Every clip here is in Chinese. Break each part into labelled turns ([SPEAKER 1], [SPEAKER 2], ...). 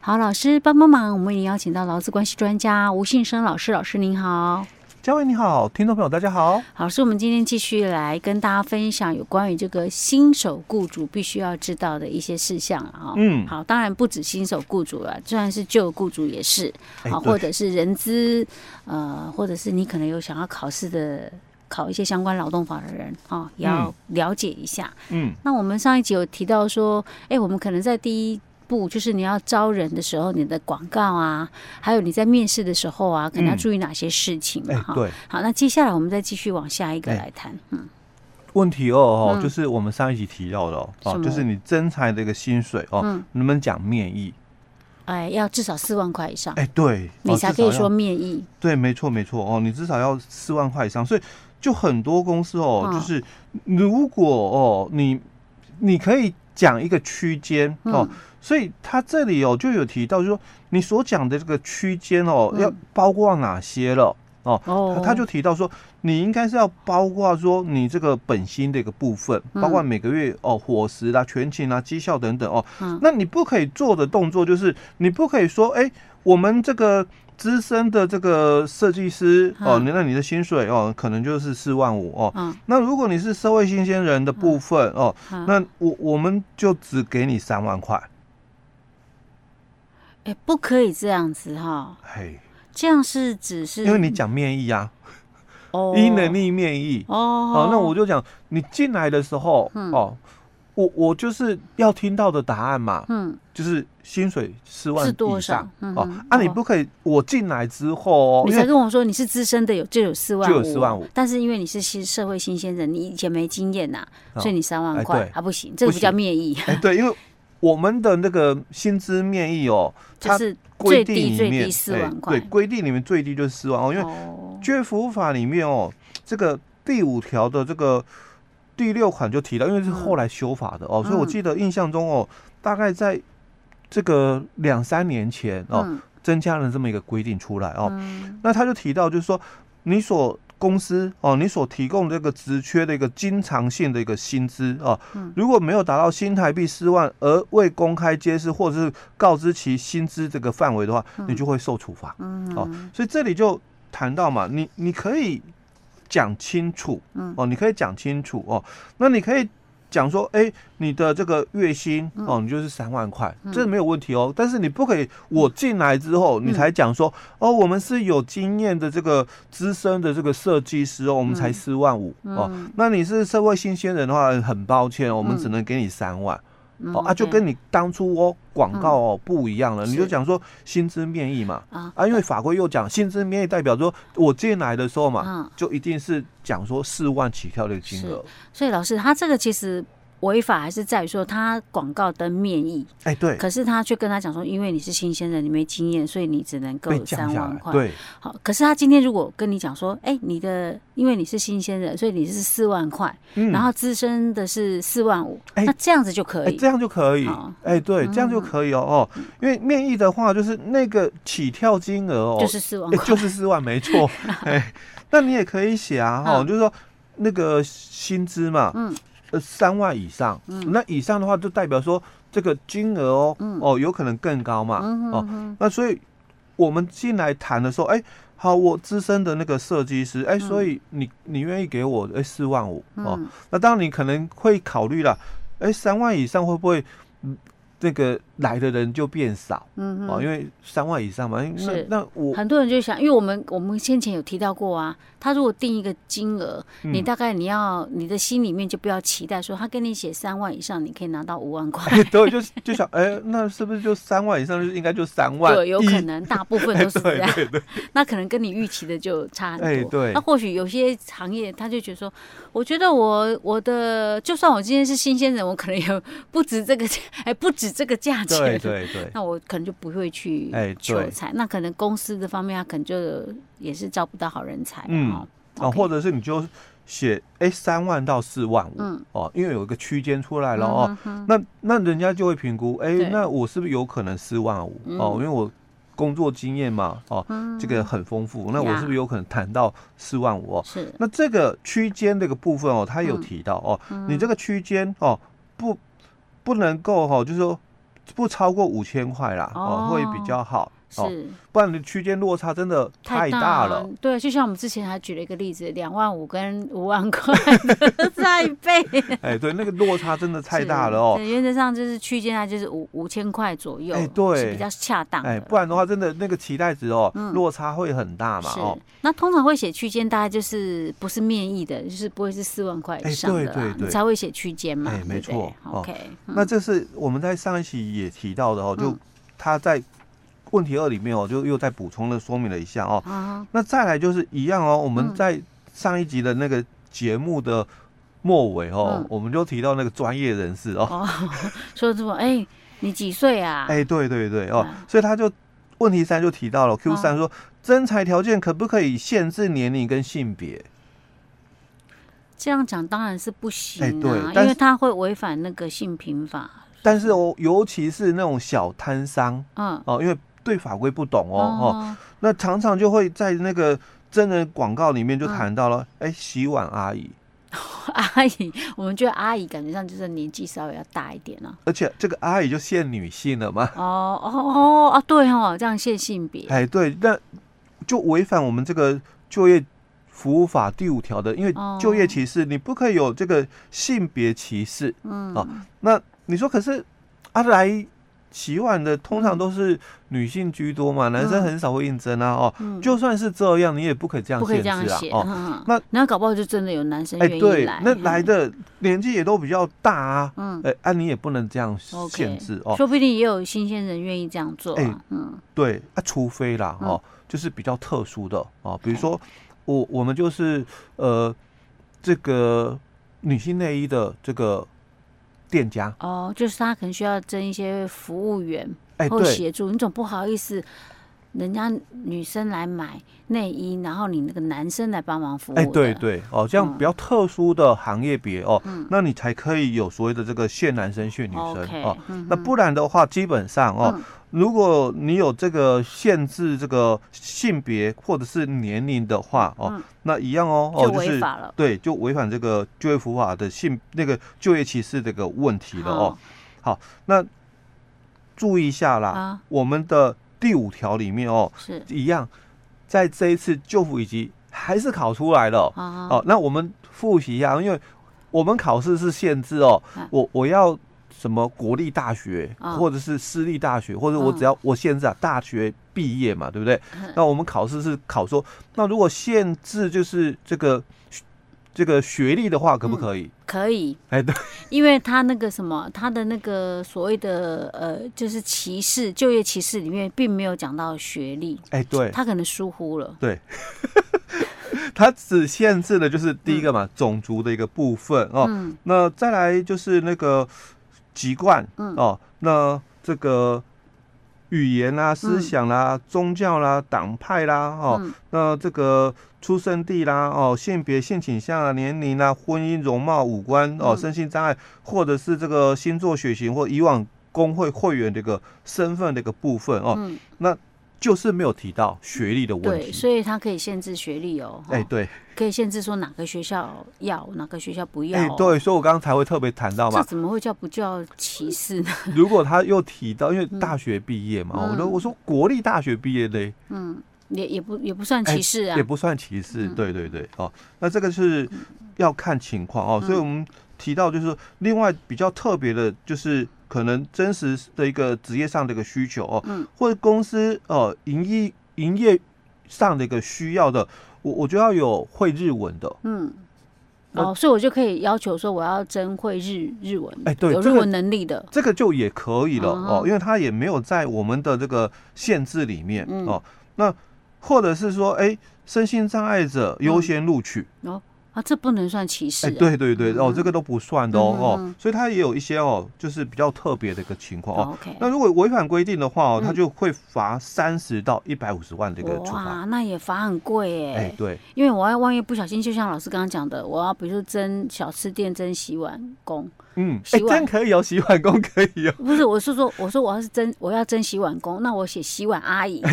[SPEAKER 1] 好，老师帮帮忙，我们为您邀请到劳资关系专家吴信生老师，老师您好。
[SPEAKER 2] 嘉伟你好，听众朋友大家好。
[SPEAKER 1] 好，是我们今天继续来跟大家分享有关于这个新手雇主必须要知道的一些事项啊、哦。
[SPEAKER 2] 嗯
[SPEAKER 1] 好，当然不止新手雇主了，就算是旧雇主也是，
[SPEAKER 2] 哎
[SPEAKER 1] 好，或
[SPEAKER 2] 对
[SPEAKER 1] 者是人资，呃，或者是你可能有想要考试的，考一些相关劳动法的人啊、哦，也要了解一下。
[SPEAKER 2] 嗯
[SPEAKER 1] 那我们上一集有提到说，哎，我们可能在第一步，就是你要招人的时候，你的广告啊，还有你在面试的时候啊，可能要
[SPEAKER 2] 嗯
[SPEAKER 1] 注意哪些事情
[SPEAKER 2] 哎、
[SPEAKER 1] 嘛？哈、
[SPEAKER 2] 对，
[SPEAKER 1] 嗯好，那接下来我们再继续往下一个
[SPEAKER 2] 哎
[SPEAKER 1] 来谈。嗯，
[SPEAKER 2] 问题二哦，
[SPEAKER 1] 嗯
[SPEAKER 2] 就是我们上一集提到的哦，
[SPEAKER 1] 什
[SPEAKER 2] 哦
[SPEAKER 1] 么
[SPEAKER 2] 就是你征才的一个薪水哦，
[SPEAKER 1] 嗯
[SPEAKER 2] 能不能讲面议？
[SPEAKER 1] 哎，要至少四万块以上，
[SPEAKER 2] 哎、对，
[SPEAKER 1] 你
[SPEAKER 2] 哦
[SPEAKER 1] 才
[SPEAKER 2] 至
[SPEAKER 1] 可以
[SPEAKER 2] 少要
[SPEAKER 1] 说面议。
[SPEAKER 2] 对，没错没错哦，你至少要四万块以上，所以就很多公司哦，
[SPEAKER 1] 嗯
[SPEAKER 2] 就是如果哦，你你可以讲一个区间
[SPEAKER 1] 嗯
[SPEAKER 2] 哦，所以他这里哦就有提到，就是说你所讲的这个区间哦，要
[SPEAKER 1] 嗯
[SPEAKER 2] 包括哪些了哦。
[SPEAKER 1] 哦
[SPEAKER 2] 他，他就提到说，你应该是要包括说你这个本薪的一个部分，包括每个月哦伙食啦、全勤啦、绩效等等哦。
[SPEAKER 1] 嗯
[SPEAKER 2] 那你不可以做的动作就是，你不可以说，哎、我们这个资深的这个设计师哦，
[SPEAKER 1] 嗯
[SPEAKER 2] 你那你的薪水哦，可能就是四万五哦。
[SPEAKER 1] 嗯
[SPEAKER 2] 那如果你是社会新鲜人的部分哦，
[SPEAKER 1] 嗯
[SPEAKER 2] 那我我们就只给你三万块。
[SPEAKER 1] 哎，不可以这样子哈，
[SPEAKER 2] 嘿，
[SPEAKER 1] 这样是只是
[SPEAKER 2] 因为你讲面议啊，
[SPEAKER 1] 嗯哦
[SPEAKER 2] 一能力面议
[SPEAKER 1] 哦，嗯
[SPEAKER 2] 哦，那我就讲，你进来的时候，哦，我我就是要听到的答案嘛，
[SPEAKER 1] 嗯
[SPEAKER 2] 就是薪水四万
[SPEAKER 1] 是多
[SPEAKER 2] 以上
[SPEAKER 1] 少？嗯
[SPEAKER 2] 哦
[SPEAKER 1] 哼，
[SPEAKER 2] 啊，你
[SPEAKER 1] 哦
[SPEAKER 2] 不可以，我进来之后哦，
[SPEAKER 1] 你
[SPEAKER 2] 因
[SPEAKER 1] 才
[SPEAKER 2] 为
[SPEAKER 1] 跟我说你是资深的有就有四万
[SPEAKER 2] 就有45,000
[SPEAKER 1] 但是因为你是新社会新鲜人，你以前没经验呐、
[SPEAKER 2] 哦
[SPEAKER 1] 所以你三万
[SPEAKER 2] 哎
[SPEAKER 1] 块、
[SPEAKER 2] 对
[SPEAKER 1] 啊不行，这个
[SPEAKER 2] 不
[SPEAKER 1] 不叫
[SPEAKER 2] 行
[SPEAKER 1] 面议，
[SPEAKER 2] 哎，对，因为我们的那个薪资面议哦，
[SPEAKER 1] 就
[SPEAKER 2] 它
[SPEAKER 1] 是最
[SPEAKER 2] 规
[SPEAKER 1] 低
[SPEAKER 2] 定里
[SPEAKER 1] 最
[SPEAKER 2] 面
[SPEAKER 1] 低四
[SPEAKER 2] 哎
[SPEAKER 1] 万块，
[SPEAKER 2] 对，规定里面最低就是四万哦，因为
[SPEAKER 1] 哦
[SPEAKER 2] 就业服务法里面哦，这个第五条的这个第六款就提到，因为是后来修法的哦，所以我
[SPEAKER 1] 嗯
[SPEAKER 2] 记得印象中哦，大概在这个两三年前哦，
[SPEAKER 1] 嗯
[SPEAKER 2] 增加了这么一个规定出来哦。
[SPEAKER 1] 嗯
[SPEAKER 2] 那他就提到，就是说你所公司哦，你所提供的这个职缺的一个经常性的一个薪资哦，
[SPEAKER 1] 嗯
[SPEAKER 2] 如果没有达到新台币四万而未公开揭示或者是告知其薪资这个范围的话，你就会受处罚。
[SPEAKER 1] 嗯
[SPEAKER 2] 哦，所以这里就谈到嘛，你你可以讲清楚，
[SPEAKER 1] 嗯
[SPEAKER 2] 哦，你可以讲清楚哦，那你可以讲说，哎、你的这个月薪
[SPEAKER 1] 嗯
[SPEAKER 2] 哦，你就是三万块，这没有问题哦，但是你不可以我进来之后
[SPEAKER 1] 嗯
[SPEAKER 2] 你才讲说，哦，我们是有经验的这个资深的这个设计师哦，我们
[SPEAKER 1] 嗯
[SPEAKER 2] 才四万五、哦。那你是社会新鲜人的话，很抱歉，我们只能给你三万、
[SPEAKER 1] 嗯
[SPEAKER 2] 哦啊，就
[SPEAKER 1] 对
[SPEAKER 2] 跟你当初哦广告哦、不一样了，你就是讲说薪资面议嘛，
[SPEAKER 1] 啊
[SPEAKER 2] 啊，因为法规又讲薪资面代表说，我进来的时候嘛，
[SPEAKER 1] 嗯，
[SPEAKER 2] 就一定是讲说四万起跳的金额。
[SPEAKER 1] 所以老师他这个其实违法还是在于说他广告的面议，
[SPEAKER 2] 哎、对，
[SPEAKER 1] 可是他却跟他讲说，因为你是新鲜人，你没经验，所以你只能够
[SPEAKER 2] 被
[SPEAKER 1] 有
[SPEAKER 2] 降
[SPEAKER 1] 三
[SPEAKER 2] 下
[SPEAKER 1] 万
[SPEAKER 2] 来
[SPEAKER 1] 块，。
[SPEAKER 2] 对，
[SPEAKER 1] 好，可是他今天如果跟你讲说，哎、你的因为你是新鲜人，所以你是四万块，
[SPEAKER 2] 嗯
[SPEAKER 1] 然后资深的是四万五、
[SPEAKER 2] 哎
[SPEAKER 1] 那这样子就可
[SPEAKER 2] 哎、
[SPEAKER 1] 以。
[SPEAKER 2] 这样就可以
[SPEAKER 1] 好。嗯
[SPEAKER 2] 哎、对，这样就可以哦哦，因为面议的话，就是那个起跳金额哦，
[SPEAKER 1] 就是四万
[SPEAKER 2] 哎
[SPEAKER 1] 块，
[SPEAKER 2] 就是四万，没 错。哎、那你也可以写啊，哈、
[SPEAKER 1] 嗯
[SPEAKER 2] 就是说那个薪资嘛，
[SPEAKER 1] 嗯，
[SPEAKER 2] 呃，三万以上，嗯，那以上的话就代表说这个金额哦，
[SPEAKER 1] 嗯
[SPEAKER 2] 哦，有可能更高嘛，哦，那所以我们进来谈的时候，哎、好，我资深的那个设计师，哎、所以你你愿意给我哎四、4万五哦，
[SPEAKER 1] 嗯
[SPEAKER 2] 那当然你可能会考虑了，哎、三万以上会不会，嗯，那个来的人就变少、
[SPEAKER 1] 嗯
[SPEAKER 2] 哦，
[SPEAKER 1] 哼，
[SPEAKER 2] 因为三万以上嘛，哎那
[SPEAKER 1] 是
[SPEAKER 2] 那我
[SPEAKER 1] 很多人就想，因为我们我们先前有提到过啊，他如果定一个金额，
[SPEAKER 2] 嗯
[SPEAKER 1] 你大概你要你的心里面就不要期待说他跟你写三万以上，你可以拿到五万块，
[SPEAKER 2] 哎，对，就是就想，哎、那是不是就三万以上，就应该就三万？哎
[SPEAKER 1] 对，有可。能大部分都是这
[SPEAKER 2] 对
[SPEAKER 1] 样，
[SPEAKER 2] 对对，
[SPEAKER 1] 那可能跟你预期的就差很多。
[SPEAKER 2] 哎对
[SPEAKER 1] 那或许有些行业他就觉得说，我觉得我我的就算我今天是新鲜人，我可能也不值这个价，哎，不止这个价钱。
[SPEAKER 2] 对对对，
[SPEAKER 1] 那我可能就不会去
[SPEAKER 2] 哎
[SPEAKER 1] 求
[SPEAKER 2] 对
[SPEAKER 1] 财，那可能公司的方面，他可能就也是招不到好人才了
[SPEAKER 2] 嗯
[SPEAKER 1] 哦。
[SPEAKER 2] 啊，
[SPEAKER 1] OK
[SPEAKER 2] 或者是你就写哎三万到四万五，
[SPEAKER 1] 嗯
[SPEAKER 2] 哦，因为有一个区间出来了
[SPEAKER 1] 嗯
[SPEAKER 2] 哦，
[SPEAKER 1] 哼哼
[SPEAKER 2] 那那人家就会评估，哎
[SPEAKER 1] 对，嗯
[SPEAKER 2] 那我是不是有可能四万五？哦，因为我工作经验嘛，哦，这个很丰富，那我
[SPEAKER 1] 呀
[SPEAKER 2] 是不是有可能谈到四万五？哦，
[SPEAKER 1] 是
[SPEAKER 2] 那这个区间这个部分
[SPEAKER 1] 嗯
[SPEAKER 2] 哦，他有提到哦，你这个区间哦，不不能够哈、哦，就是说不超过五千块啦，
[SPEAKER 1] 哦
[SPEAKER 2] 哦，会比较好。哦，
[SPEAKER 1] 是
[SPEAKER 2] 不然你区间落差真的太大了。。
[SPEAKER 1] 对，就像我们之前还举了一个例子，两万五跟五万块的再倍，
[SPEAKER 2] 哎，对，那个落差真的太大了哦
[SPEAKER 1] 是。对原则上就是区间它就是五五千块左右，
[SPEAKER 2] 哎对
[SPEAKER 1] 是比较恰当的。嗯
[SPEAKER 2] 哎，不然的话，真的那个期待值哦，落差会很大嘛。
[SPEAKER 1] 是
[SPEAKER 2] 哦，，
[SPEAKER 1] 那通常会写区间，大概就是不是面议的，就是不会是四万块以上的啦，
[SPEAKER 2] 哎对对对
[SPEAKER 1] 你才会写区间嘛，
[SPEAKER 2] 哎没
[SPEAKER 1] 对不对
[SPEAKER 2] 错哦
[SPEAKER 1] OK，嗯、
[SPEAKER 2] 那这是我们在上一期也提到的哦，就
[SPEAKER 1] 嗯他
[SPEAKER 2] 他在问题二里面哦，就又再补充的说明了一下哦。
[SPEAKER 1] 啊
[SPEAKER 2] 那再来就是一样哦，我
[SPEAKER 1] 嗯
[SPEAKER 2] 们在上一集的那个节目的末尾哦，
[SPEAKER 1] 嗯
[SPEAKER 2] 我们就提到那个专业人士哦，
[SPEAKER 1] 哦，说什么？哎，你几岁啊？
[SPEAKER 2] 哎、对对对哦，
[SPEAKER 1] 啊
[SPEAKER 2] 所以他就问题三就提到了 Q
[SPEAKER 1] 啊
[SPEAKER 2] 三说，征才条件可不可以限制年龄跟性别？
[SPEAKER 1] 这样讲当然是不行啊，
[SPEAKER 2] 哎对
[SPEAKER 1] 因
[SPEAKER 2] 但是
[SPEAKER 1] 为他会违反那个性平法。
[SPEAKER 2] 但是哦，尤其是那种小摊商
[SPEAKER 1] 嗯，
[SPEAKER 2] 哦，因为对法规不懂哦哦，那常常就会在那个真人广告里面就
[SPEAKER 1] 嗯
[SPEAKER 2] 谈到了，哎、洗碗阿姨，
[SPEAKER 1] 阿姨，我们觉得阿姨感觉上就是年纪稍微要大一点了、
[SPEAKER 2] 而且这个阿姨就限女性了嘛，
[SPEAKER 1] 哦哦哦啊，对哦，这样限性别。
[SPEAKER 2] 哎，对，那就违反我们这个就业服务法第五条的，因为
[SPEAKER 1] 哦
[SPEAKER 2] 就业歧视，你不可以有这个性别歧视。
[SPEAKER 1] 嗯，
[SPEAKER 2] 哦那你说，可是啊，来洗碗的通
[SPEAKER 1] 嗯
[SPEAKER 2] 常都是女性居多嘛，男生很少会应征啊。哦，
[SPEAKER 1] 嗯
[SPEAKER 2] 就算是这样，你也不可以这样
[SPEAKER 1] 不可以
[SPEAKER 2] 限
[SPEAKER 1] 这样写。
[SPEAKER 2] 制啊。哦，
[SPEAKER 1] 嗯
[SPEAKER 2] 那
[SPEAKER 1] 那搞不好就真的有男生
[SPEAKER 2] 哎，
[SPEAKER 1] 愿意
[SPEAKER 2] 对
[SPEAKER 1] 来，，
[SPEAKER 2] 那
[SPEAKER 1] 嗯
[SPEAKER 2] 来，的年纪也都比较大啊。
[SPEAKER 1] 嗯，
[SPEAKER 2] 哎，啊，你也不能这样
[SPEAKER 1] OK
[SPEAKER 2] 限制哦。
[SPEAKER 1] 嗯说不定也有新鲜人愿意这样做
[SPEAKER 2] 哎
[SPEAKER 1] 啊。嗯，
[SPEAKER 2] 对啊，除非啦
[SPEAKER 1] 嗯
[SPEAKER 2] 哦，就是比较特殊的哦，比如说我我们就是呃这个女性内衣的这个店家，
[SPEAKER 1] 哦，就是他可能需要征一些服务员
[SPEAKER 2] 哎、
[SPEAKER 1] 或
[SPEAKER 2] 对，
[SPEAKER 1] 哦协助，你总不好意思。人家女生来买内衣，然后你那个男生来帮忙服务。
[SPEAKER 2] 哎、对，对哦，这样
[SPEAKER 1] 嗯
[SPEAKER 2] 比较特殊的行业别哦，那你才可以有所谓的这个限男生限女生
[SPEAKER 1] OK，
[SPEAKER 2] 哦。
[SPEAKER 1] 嗯
[SPEAKER 2] 那
[SPEAKER 1] 哼
[SPEAKER 2] 不然的话，基本上哦，
[SPEAKER 1] 嗯
[SPEAKER 2] 如果你有这个限制这个性别或者是年龄的话哦，
[SPEAKER 1] 嗯
[SPEAKER 2] 那一样哦，哦
[SPEAKER 1] 就
[SPEAKER 2] 就是
[SPEAKER 1] 违法了。
[SPEAKER 2] 对，就违反这个就业服法的性那个就业歧视这个问题了哦。那注意一下啦，
[SPEAKER 1] 好啊，
[SPEAKER 2] 我们的第五条里面哦，
[SPEAKER 1] 是
[SPEAKER 2] 一样，在这一次就服以及还是考出来了
[SPEAKER 1] 啊，
[SPEAKER 2] 哦。那我们复习一下，因为我们考试是限制哦，
[SPEAKER 1] 啊
[SPEAKER 2] 我我要。什么国立大学，
[SPEAKER 1] 啊
[SPEAKER 2] 或者是私立大学，或者我
[SPEAKER 1] 嗯
[SPEAKER 2] 只要我限制啊，大学毕业嘛，对不对？
[SPEAKER 1] 嗯
[SPEAKER 2] 那我们考试是考说，那如果限制就是这个这个学历的话，
[SPEAKER 1] 嗯
[SPEAKER 2] 可不可以？
[SPEAKER 1] 可以，
[SPEAKER 2] 哎，对，
[SPEAKER 1] 因为他那个什么，他的那个所谓的呃，就是歧视就业歧视里面，并没有讲到学历，
[SPEAKER 2] 哎，对，
[SPEAKER 1] 他可能疏忽了。
[SPEAKER 2] 它只限制了就是第一个嘛，种族的一个部分哦。
[SPEAKER 1] 嗯，
[SPEAKER 2] 那再来就是那个籍贯，
[SPEAKER 1] 嗯
[SPEAKER 2] 哦，那这个语言啦、思想啦、宗教啦、党派啦，哦，
[SPEAKER 1] 嗯
[SPEAKER 2] 那这个出生地啦，哦，性别、性倾向啊、年龄啊、婚姻、容貌、五官哦、
[SPEAKER 1] 嗯
[SPEAKER 2] 身心障碍，或者是这个星座、血型或以往工会会员这个身份的一个部分哦，
[SPEAKER 1] 嗯，
[SPEAKER 2] 就是没有提到学历的问
[SPEAKER 1] 对，
[SPEAKER 2] 题。
[SPEAKER 1] 所以他可以限制学历哦，
[SPEAKER 2] 哎、
[SPEAKER 1] 哦
[SPEAKER 2] 对，
[SPEAKER 1] 可以限制说哪个学校要，哪个学校不要
[SPEAKER 2] 哎、
[SPEAKER 1] 哦。
[SPEAKER 2] 对，所以我刚刚才会特别谈到嘛
[SPEAKER 1] 这，怎么会叫不叫歧视呢？
[SPEAKER 2] 如果他又提到，因为大学毕业嘛，哦
[SPEAKER 1] 嗯
[SPEAKER 2] 我都我说国立大学毕业的
[SPEAKER 1] 也也不也不算
[SPEAKER 2] 哎
[SPEAKER 1] 歧视啊
[SPEAKER 2] 也。不算歧视，
[SPEAKER 1] 嗯
[SPEAKER 2] 对对对，哦，那这个是要看情况
[SPEAKER 1] 嗯
[SPEAKER 2] 哦，所以我们提到就是说另外比较特别的，就是可能真实的一个职业上的一个需求哦，
[SPEAKER 1] 嗯
[SPEAKER 2] 或者公司呃营业营业上的一个需要的，我我就要有会日文的，
[SPEAKER 1] 嗯，
[SPEAKER 2] 那
[SPEAKER 1] 哦，所以我就可以要求说我要真会日日文，
[SPEAKER 2] 呃哎对
[SPEAKER 1] 有日
[SPEAKER 2] 这个
[SPEAKER 1] 文能力的，
[SPEAKER 2] 这个就也可以了
[SPEAKER 1] 哦
[SPEAKER 2] 哦，因为它也没有在我们的这个限制里面
[SPEAKER 1] 嗯
[SPEAKER 2] 哦。那或者是说，哎，身心障碍者优先录取，
[SPEAKER 1] 啊，这不能算歧视、
[SPEAKER 2] 哎，
[SPEAKER 1] 嗯啊。
[SPEAKER 2] 对对对，哦
[SPEAKER 1] 嗯，
[SPEAKER 2] 这个都不算的
[SPEAKER 1] 嗯嗯
[SPEAKER 2] 哦
[SPEAKER 1] 嗯
[SPEAKER 2] 哦，所以它也有一些哦，就是比较特别的一个情况哦。
[SPEAKER 1] o k
[SPEAKER 2] 那如果违反规定的话哦，
[SPEAKER 1] 嗯
[SPEAKER 2] 它就会罚三十到一百五十万的一个处罚。
[SPEAKER 1] 哇，那也罚很贵耶、
[SPEAKER 2] 哎，对，
[SPEAKER 1] 因为我要万一不小心，就像老师刚刚讲的，我要比如说蒸小吃店、蒸洗碗工，
[SPEAKER 2] 嗯，哎，
[SPEAKER 1] 洗碗
[SPEAKER 2] 这样可以哦，洗碗工可 以哦，
[SPEAKER 1] 不是，我是说，我说我要是真我要真洗碗工，那我写洗碗阿姨啊，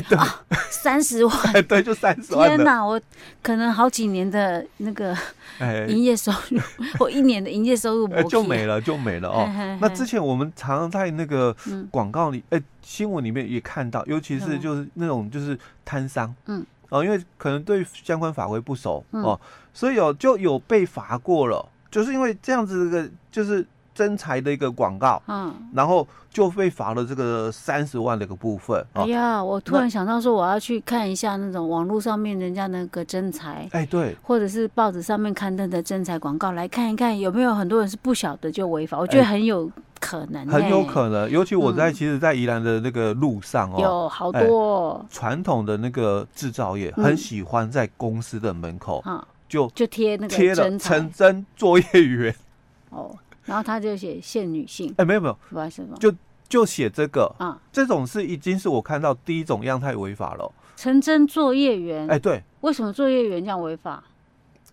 [SPEAKER 1] 三十万，
[SPEAKER 2] 哎，对，就三十万
[SPEAKER 1] 天
[SPEAKER 2] 的，
[SPEAKER 1] 哪，我可能好几年的那个
[SPEAKER 2] 哎，
[SPEAKER 1] 营业收入， 我一年的营业收入
[SPEAKER 2] 呃，就没
[SPEAKER 1] 了
[SPEAKER 2] 了，就没了哦。那之前我们常常在那个
[SPEAKER 1] 嗯
[SPEAKER 2] 广告里，哎、新闻里面也看到，尤其
[SPEAKER 1] 有
[SPEAKER 2] 是
[SPEAKER 1] 吗
[SPEAKER 2] 就是那种就是摊商，
[SPEAKER 1] 嗯，
[SPEAKER 2] 哦，因为可能对相关法规不熟、
[SPEAKER 1] 嗯
[SPEAKER 2] 哦，所以有就有被罚过了，就是因为这样子的一个就是征财的一个广告，
[SPEAKER 1] 嗯，
[SPEAKER 2] 然后就被罚了这个三十万的一个部分
[SPEAKER 1] 哎
[SPEAKER 2] 哦。
[SPEAKER 1] 呀，我突
[SPEAKER 2] 那
[SPEAKER 1] 然想到说，我要去看一下那种网络上面人家那个真才，
[SPEAKER 2] 哎、对，
[SPEAKER 1] 或者是报纸上面刊登的真才广告，来看一看有没有很多人是不晓得就违法，我觉得
[SPEAKER 2] 哎
[SPEAKER 1] 很有可能、欸，
[SPEAKER 2] 很有可能，尤其我在、其实，在宜兰的那个路上哦。
[SPEAKER 1] 嗯有好
[SPEAKER 2] 哎
[SPEAKER 1] 多、哦
[SPEAKER 2] 传统的那个制造业
[SPEAKER 1] 嗯
[SPEAKER 2] 很喜欢在公司的门口
[SPEAKER 1] 啊，
[SPEAKER 2] 就
[SPEAKER 1] 就贴那
[SPEAKER 2] 哎贴
[SPEAKER 1] 个
[SPEAKER 2] 了
[SPEAKER 1] 真
[SPEAKER 2] 成
[SPEAKER 1] 才
[SPEAKER 2] 真作业员，
[SPEAKER 1] 哦，然后他就写限女性，
[SPEAKER 2] 哎，没有没有，
[SPEAKER 1] 不知道什么
[SPEAKER 2] 就就写这个，
[SPEAKER 1] 啊，
[SPEAKER 2] 这种是已经是我看到第一种样态违法了。
[SPEAKER 1] 成真作业员，
[SPEAKER 2] 哎，对，
[SPEAKER 1] 为什么作业员这样违法？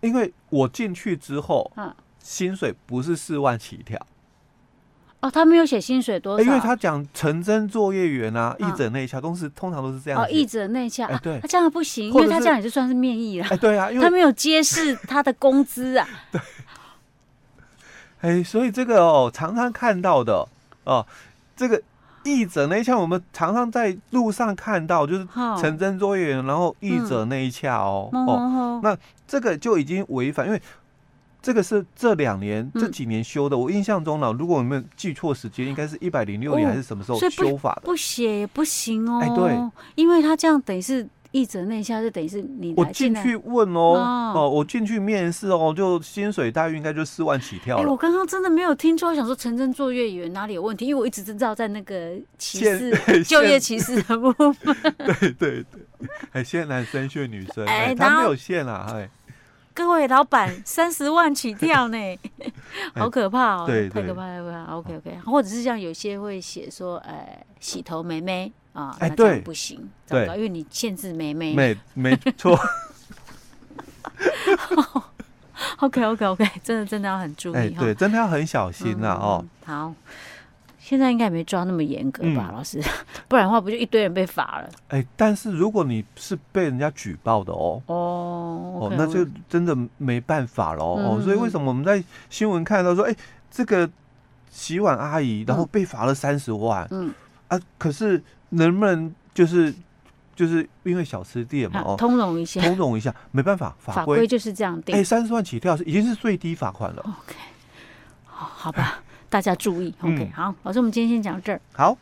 [SPEAKER 2] 因为我进去之后，
[SPEAKER 1] 啊，
[SPEAKER 2] 薪水不是四万起跳，
[SPEAKER 1] 哦，他没有写薪水多少，
[SPEAKER 2] 哎因为他讲成真作业员啊，
[SPEAKER 1] 啊
[SPEAKER 2] 一整那一下，都是通常都是这样
[SPEAKER 1] 哦，译
[SPEAKER 2] 子。
[SPEAKER 1] 者内洽，
[SPEAKER 2] 哎
[SPEAKER 1] 啊
[SPEAKER 2] 对
[SPEAKER 1] 啊这样不行，因
[SPEAKER 2] 或者
[SPEAKER 1] 为他
[SPEAKER 2] 是
[SPEAKER 1] 这样也就算是面议了，
[SPEAKER 2] 哎，对 啊，因
[SPEAKER 1] 他
[SPEAKER 2] 为
[SPEAKER 1] 没有揭示他的工资啊，
[SPEAKER 2] 哎，所以这个哦，常常看到的哦，这个译者那一下，我们常常在路上看到，就是
[SPEAKER 1] 哈，
[SPEAKER 2] 成真作业员，然后译
[SPEAKER 1] 嗯
[SPEAKER 2] 者那一下哦，
[SPEAKER 1] 吼
[SPEAKER 2] 哦，
[SPEAKER 1] 吼吼
[SPEAKER 2] 那这个就已经违反，因为这个是这两年、
[SPEAKER 1] 嗯
[SPEAKER 2] 这几年修的。我印象中呢，如果我们记错时间，应该是一百零六年
[SPEAKER 1] 哦
[SPEAKER 2] 还是什么时候
[SPEAKER 1] 所以不
[SPEAKER 2] 修法的？
[SPEAKER 1] 不写也不行哦，
[SPEAKER 2] 哎对，
[SPEAKER 1] 因为他这样等于是译者内洽，就等于是你
[SPEAKER 2] 我
[SPEAKER 1] 来
[SPEAKER 2] 进
[SPEAKER 1] 来。
[SPEAKER 2] 去问哦，
[SPEAKER 1] 哦
[SPEAKER 2] 哦、我进去面试哦，就薪水待遇应该就四万起跳
[SPEAKER 1] 哎，
[SPEAKER 2] 了。
[SPEAKER 1] 我刚刚真的没有听错，我想说成真作业员哪里有问题？因为我一直知道在那个歧
[SPEAKER 2] 现
[SPEAKER 1] 视就业歧
[SPEAKER 2] 现
[SPEAKER 1] 视的部分。
[SPEAKER 2] 对对对，哎，限男生限女生，
[SPEAKER 1] 哎
[SPEAKER 2] 哎，
[SPEAKER 1] 然
[SPEAKER 2] 他
[SPEAKER 1] 后
[SPEAKER 2] 没有限啊，哎，
[SPEAKER 1] 各位老板， 三十万起跳 呢，好可怕哦！
[SPEAKER 2] 哎对
[SPEAKER 1] 太
[SPEAKER 2] 对
[SPEAKER 1] 可怕，太可怕。OK OK，或者是像有些会写说，呃，洗头妹妹啊，
[SPEAKER 2] 哎
[SPEAKER 1] 那这样
[SPEAKER 2] 对
[SPEAKER 1] 不行，糟
[SPEAKER 2] 对
[SPEAKER 1] 糕，因为你限制妹妹。
[SPEAKER 2] 没没 错，
[SPEAKER 1] OK OK OK，真的真的要很注
[SPEAKER 2] 哎，
[SPEAKER 1] 意哈。
[SPEAKER 2] 对，真的要很小心呐、哦。
[SPEAKER 1] 嗯。好，现在应该也没抓那么严格吧，
[SPEAKER 2] 嗯
[SPEAKER 1] 老师，不然的话不就一堆人被罚了
[SPEAKER 2] 哎，但是如果你是被人家举报的哦，
[SPEAKER 1] 哦。
[SPEAKER 2] 哦
[SPEAKER 1] OK，，
[SPEAKER 2] 那
[SPEAKER 1] 我
[SPEAKER 2] 就真的没办法了哦。
[SPEAKER 1] 嗯
[SPEAKER 2] 所以为什么我们在新闻看到说，哎、这个洗碗阿姨，然后被罚了三十万、
[SPEAKER 1] 嗯
[SPEAKER 2] 啊，可是能不能就是就是因为小吃店嘛，
[SPEAKER 1] 好
[SPEAKER 2] 哦，
[SPEAKER 1] 通融一下，
[SPEAKER 2] 通融一下，没办法，法
[SPEAKER 1] 啊法规
[SPEAKER 2] 规，
[SPEAKER 1] 就是这样定哦
[SPEAKER 2] 哎，。三十、万起跳是已经是最低罚款了。
[SPEAKER 1] OK，好，好吧，大家注意。OK，
[SPEAKER 2] 嗯
[SPEAKER 1] 好，老师，我们今天先讲到这儿。
[SPEAKER 2] 好，